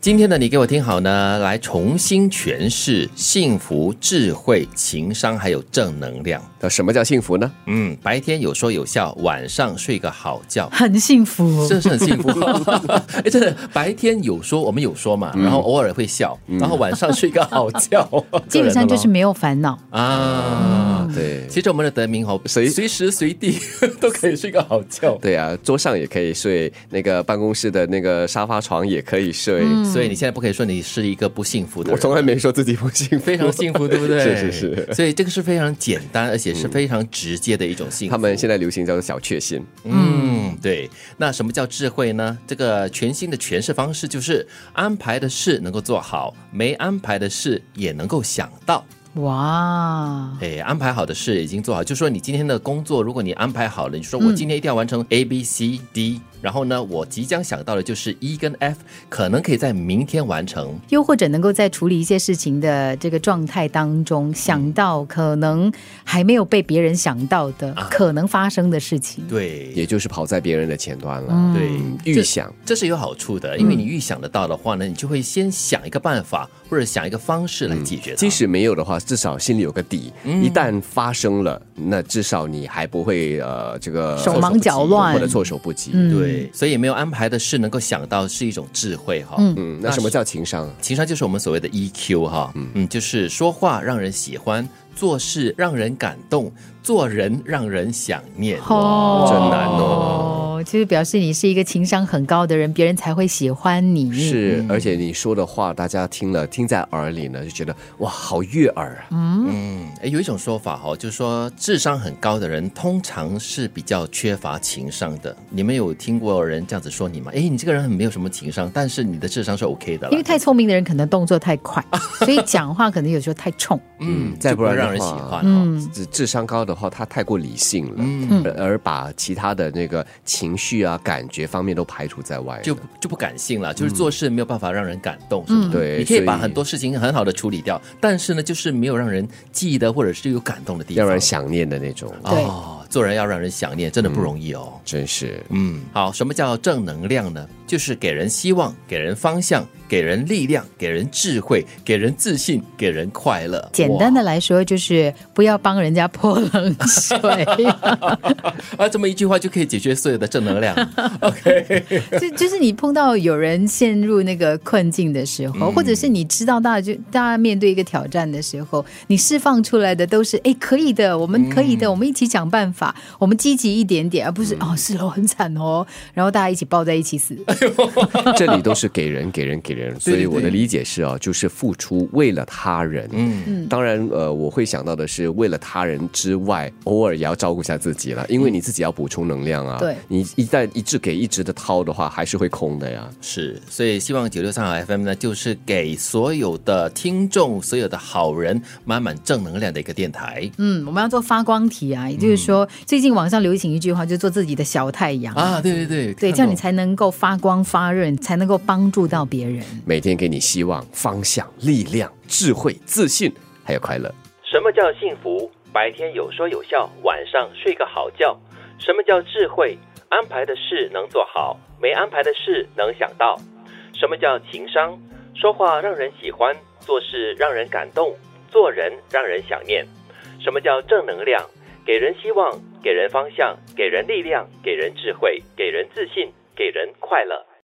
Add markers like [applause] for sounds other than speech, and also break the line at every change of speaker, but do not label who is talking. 今天呢，你给我听好呢，来重新诠释幸福、智慧、情商还有正能量。
那什么叫幸福呢？
嗯，白天有说有笑，晚上睡个好
[laughs]
觉。
很幸福。
真的是很
[laughs]
幸福，哎，真的，白天有说我们有说
嗯
嘛，然后偶尔会笑，然后晚上睡个好觉，
[laughs]
[laughs]
基本上就是没有烦恼，
啊。
嗯
对
其实我们的德明哦，
谁
随时随地 [laughs] 都可以睡个好觉，
对啊，桌上也可以睡，那个办公室的那个沙发床也可以睡。
嗯
所以你现在不可以说你是一个不幸福的
我
人。
从来没说自己不幸福，
非常幸福，对不对？
[laughs] 是是是。嗯
所以这个是非常简单，而且是非常直接的一种
嗯
幸福。
他们现在流行叫做小确幸，
嗯，对。那什么叫智慧呢？这个全新的诠释方式就是安排的事能够做好，没安排的事也能够想到。
哇，
哎，安排好的事已经做好，就说你今天的工作，如果你安排好了，你说我今天一定要完成 A、B、C、D，然后呢，我即将想到的就是 E 跟 F，可能可以在明天完成。
又或者能够在处理一些事情的这个状态当中，想到可能还没有被别人想到的、
啊
可能发生的事情。
对，
也就是跑在别人的前端了。
嗯
对，
预想
这是有好处的，因为你预想得到的话呢，你就会先想一个办法或者想一个方式来解
嗯
决它。
即使没有的话，至少心里有个底。一旦发生了，那至少你还不会呃这个
手忙脚乱
或者措手不及。
嗯
对，所以没有安排的事能够想到是一种智慧哈。
嗯
嗯，那什么叫情商啊？
情商就是我们所谓的 EQ 哈，嗯，就是说话让人喜欢，做事让人感动，做人让人想念。
哦
真难哦。
就是表示你是一个情商很高的人，别人才会喜欢你。，
啊
是，而且你说的话，大家听了听在耳里呢，就觉得哇，好悦耳啊！
嗯，诶有一种说法哈、哦，就是说智商很高的人通常是比较缺乏情商的。你们有听过人这样子说你吗？哎，你这个人很没有什么情商，但是你的智商是 OK 的啦
因为太聪明的人可能动作
[laughs]
太快，所以讲话可能有时候太冲。
嗯，
再
就
不
不会
然
让
的
人喜
话
欢、哦。
嗯，
智智商高的话，他太过理性了，
嗯
而而把其他的那个情绪啊、感觉方面都排除在外了。
就就不感性了，就是做事没有办法让人感动，是吗？
嗯对
你可以把
所以
很多事情很好的处理掉，但是呢，就是没有让人记得或者是有感动的地方。
让人想念的那种，
对
哦，做人要让人想念，真的不容易哦。
真是
嗯，好，什么叫正能量呢？就是给人希望，给人方向，给人力量，给人智慧，给人自信，给人快乐。
简单的来说就是不要帮人家泼冷水。
哇啊，这么一句话就可以解决所有的正能量。OK，
[laughs] 就就是你碰到有人陷入那个困境的时
嗯
候，或者是你知道大家就大家面对一个挑战的时候，你释放出来的都是哎可以的，我们可以的，
嗯
我们一起想办法，我们积极一点点，而不是、哦是哦很惨哦，然后大家一起抱在一
[laughs]
起死。
这里都是给人、给人、给人，所以我的理解是啊，就是付出为了他人。
嗯，
当然，呃，我会想到的是，为了他人之外，偶尔也要照顾一下自己了，因
嗯
为你自己要补充能量啊。
对
你一旦一直给一直的掏的话，还是会空的呀。
是，所以希望九六三好 FM 呢，就是给所有的听众、所有的好人满满正能量的一个电台。
嗯，我们要做发光体啊，也就是说、最近网上流行一句话，就做自己的小太阳。
嗯啊，对对对，
对，
看
这样你
过
才能够发光发热，你才能够帮助到别人。
每天给你希望、方向、力量、智慧、自信，还有快乐。
什么叫幸福？白天有说有笑，晚上睡个好觉。什么叫智慧？安排的事能做好，没安排的事能想到。什么叫情商？说话让人喜欢，做事让人感动，做人让人想念。什么叫正能量？给人希望，给人方向，给人力量，给人智慧，给人自信，给人快乐。